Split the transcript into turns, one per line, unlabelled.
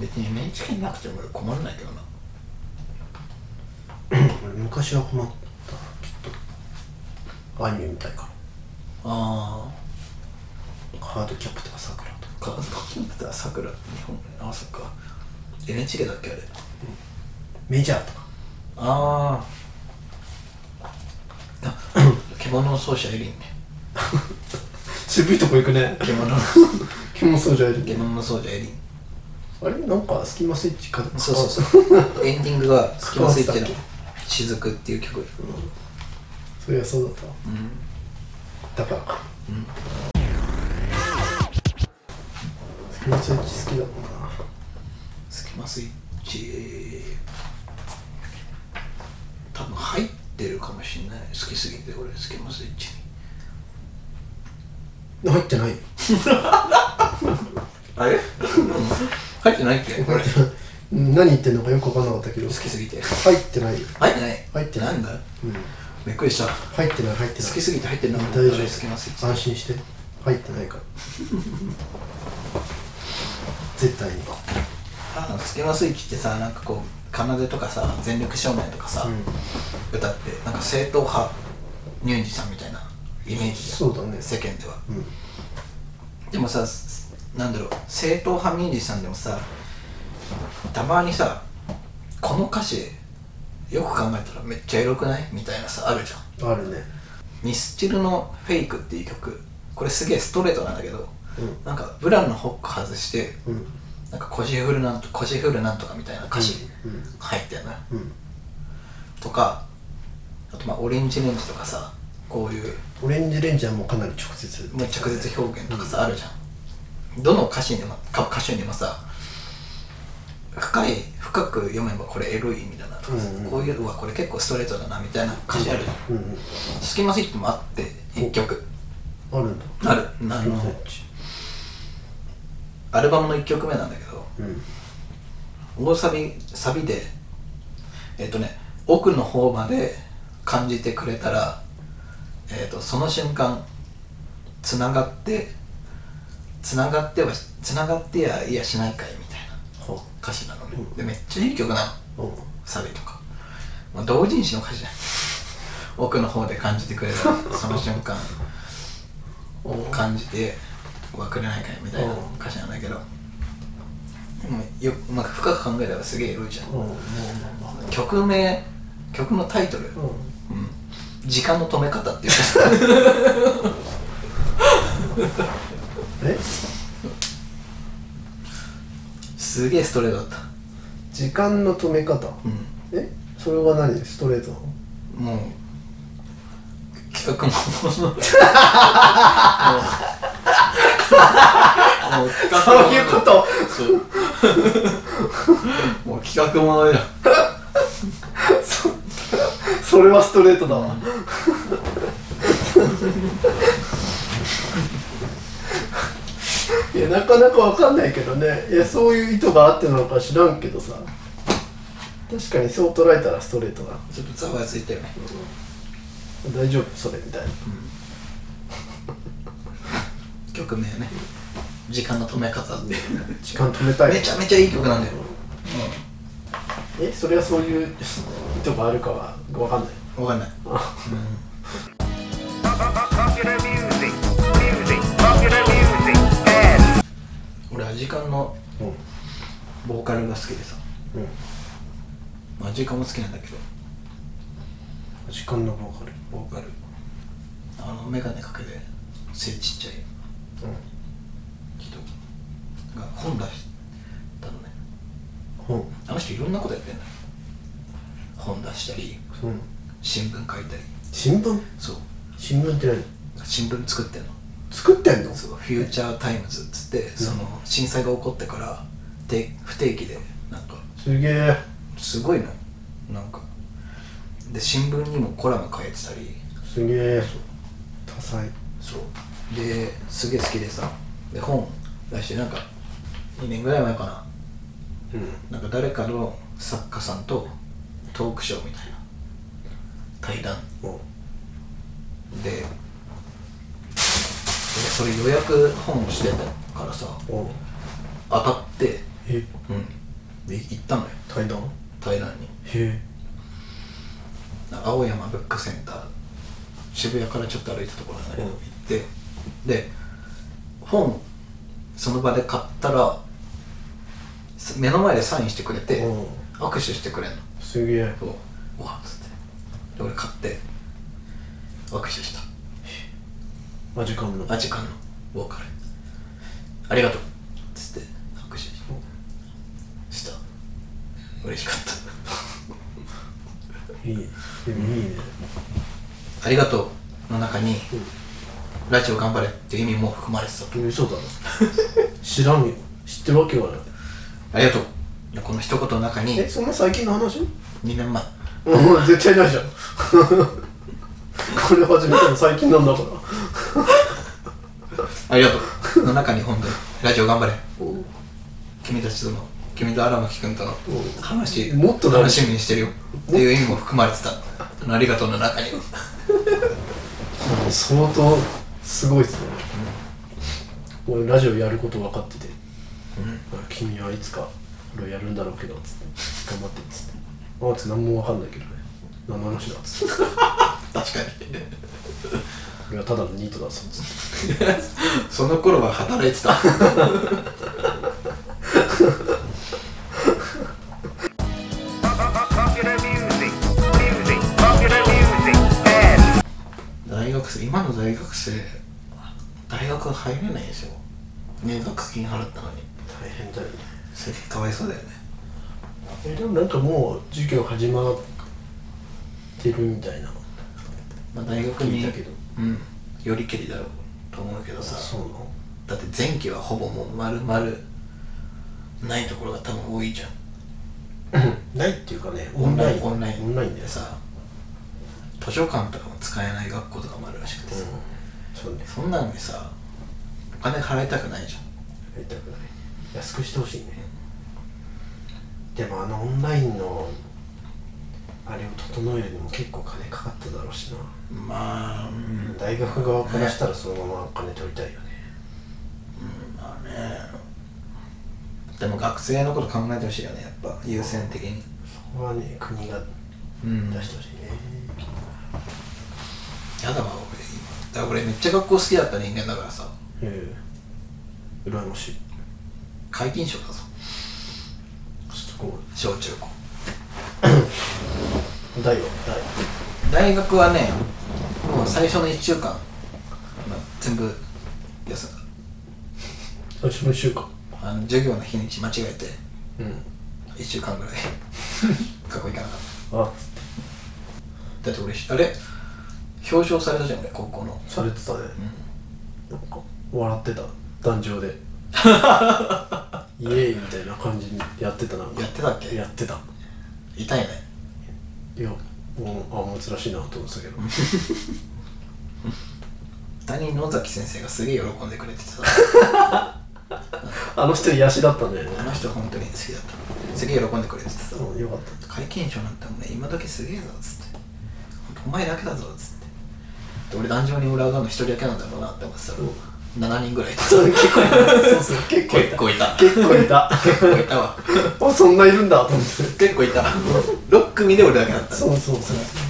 別に NHK なくても俺困んないけどな
俺昔は困ったなちょっとアニメみたいか
あ
らカードキャプターさくらとか
あカードキャプターさくらって日本あそっか NHK だっけあれ
メジャーとか
ああ獣の奏者エリンね
渋いとこ行くね
獣の
気もそうじゃない
獣の奏者エリン
あれなんかスキマスイッチか
そうそうそうエンディングが「スキマスイッチの
そうだっ
雫」っていう曲
そりゃそうだったわだからかスキマスイッチ好きだったな
スキマスイッチ多分入ってるかもしんない好きすぎて俺スキマスイッチに
入ってない
あれ入ってないっけ俺好
うん何言ってんのかよく分かんなかったけど
きすぎて
入ってないよ、
入ってない
入ってない
なんだよ
うん、
びっくりした好
入ってない入ってない
きすぎて入ってるな
大丈夫
スキマスイッチ
安心して入ってないから 絶対に
あスキマスイッチってさなんかこう奏とかさ全力少年とかさ、歌ってなんか正統派ミュージシャンみたいなイメージ
そうだね
世間では
うん
でもさすなんだろう正統派ミュージシャンでもさたまにさこの歌詞よく考えたらめっちゃエロくないみたいなさあるじゃん
あるね
ミスチルの「フェイクっていう曲これすげえストレートなんだけど、
うん
なんかブランのホック外して
うん
なんか腰振るなんと腰振るなんとかみたいな歌詞
うんうん
入ってんのよ、
うん
とかあとまあオレンジレンジとかさこういう
オレンジレンジャーもかなり直接
もう直接表現とかさ、あるじゃんどの歌詞にもか歌手にもさ深い深く読めばこれエロい意味だなとかさ、
うんうん
こういううわこれ結構ストレートだなみたいな歌詞あるじゃん、
うんうん
スキマスイッチもあって1曲
あるんだ
あるな
あ
あのアルバムの1曲目なんだけど
うん
大サビサビでえっ、とね奥の方まで感じてくれたら、えっとその瞬間つながってつながってはつながってやいやしないかいみたいな
ほ
歌詞なのね、でめっちゃいい曲なの
うん
サビとか、まあ、同人誌の歌詞じゃん奥の方で感じてくれたらその瞬間を感じてはくれないかいみたいな歌詞なんだけどでもよ、まあ、深く考えたらすげえエロいじゃん
うんうんま
曲名曲のタイトル、う
あ
ん
ま
時間の止め方 っていう
あえ
すげえストレートだった、
時間の止め方
うん、
えそれは何ストレートなの
もう企画も もうもう企画もの
と
そう もう企画ものじゃん
それはストレートだわいやなかなかわかんないけどねいやそういう意図があってなのか知らんけどさ確かにそう捉えたらストレートだ
ちょっとざわついたよね
大丈夫それみたいな
曲名ね時間の止め方って
時間止めたい
めちゃめちゃいい曲なんだよ、
えそれはそういう意図があるかはわかんない
うん、分かんない
Popular music, music, popular music, and
俺アジカンの
うん
ボーカルが好きでさ
うん
まあアジカンも好きなんだけど
時間のボーカル
ボーカルあの眼鏡かけて背ちっちゃい
うん
人が本出したのね
本
あの人いろんなことやってんだよ本出したり
うん
新聞書いたり
新聞
そう
新聞って何
新聞作ってんの
作ってんの
そうフューチャータイムズっつってその震災が起こってからで不定期でなんか
すげえ
すごいのなんかで新聞にもコラム書いてたり
すげえ多彩
そうですげえ好きでさで本出してなんか2年ぐらい前かな
うん
なんか誰かの作家さんとトークショーみたいな対談
も
ででそれ予約本してたからさ
うおう
当たって
え
うんで行ったのよ
対談
台湾に
へ
青山ブックセンター渋谷からちょっと歩いたところなんだけど
うん
行ってで本その場で買ったらす目の前でサインしてくれ
え
て
うん
握手してくれんの
すげえ
そううわっつってで俺買って握手した
マジカンの
あ時間のボーカルありがとうっつって握手しした嬉しかった
いいでもいいね
ありがとうの中に、
うん
ラジオ頑張れっていう意味も含まれてた。
嘘だろ 知らんよ知ってるわけがない
ありがとう。この一言の中に、
え
2
そんな最近の話
年前、
うん 絶対ないじゃん これ始めたの最近なんだから
ありがとう。の中に本当に、ラジオ頑張れ。
おう
君たちとの、君と荒牧君との
おう
話、
もっとだね
楽しみにしてるよ。っていう意味も含まれてた。あのありがとうの中に。
相当すごいっすね、俺ラジオやること分かってて、君はいつかこれをやるんだろうけどつって頑張ってっつってあいつ何も分かんないけどね何の話だっつって
確かに。
俺はただのニートだぞっつって
その頃は働いてた。
Popular music, music, popular music, and
大学生、今の大学生、大学入れないでしょ。入学金払ったのに。
大変だよね
それかわいそうだよね。
えでもなんかもう授業始まってるみたいな
まあ、大学
聞
に
いたけど
うん、よりけりだろうと思うけどさ
そうなの
だって前期はほぼもう丸々ないところが多分多いじゃん
ないっていうかねオンライン
オンライン
オンラインだよ
でさ図書館とかも使えない学校とかもあるらしくて
うん
さ、
そうね
そんなのにさお金払いたくないじゃん
やりたくない安くしてほしいねでもあのオンラインのあれを整えるにも結構金かかっただろうしな
まあ、うん、
大学側からしたらそのまま金取りたいよね
まあねでも学生のこと考えてほしいよねやっぱ優先的に
そこはね国が
うん
出してほしいね、
やだわ俺今だから俺めっちゃ学校好きだった人間だからさ
ええ羨ましい
皆勤賞だぞ
すごい
小中高
だよ
大学はねもう最初の1週間まあ全部休ん
だよ最初の1週間
だあの授業の日にち間違えて
うん
1週間ぐらい 学校行かなかっ
あ
ただって俺あれ表彰されたじゃん俺高校の
されてたね、なんか笑ってた壇上 でイエーイみたいな感じにやってたなんか
やってたっけ
やってた
痛いね
いやもうあもう珍しいなと思ってた けど
谷野崎先生がすげえ喜んでくれててさ
あの人癒しだったね
あの人本当に好きだったすげえ喜んでくれててさ
うんよかった
皆勤賞なんてお前今時すげえぞっつってお前だけだぞっつってで俺壇上に裏側の一人だけなんだろうなって思ってたら、7人ぐらいいた
そう結構いたそうそう結構い
結
た
構いた
結構いた
結構いたわ
あそんないるんだと思って
結構いた6組で俺だけだった
そうそうそう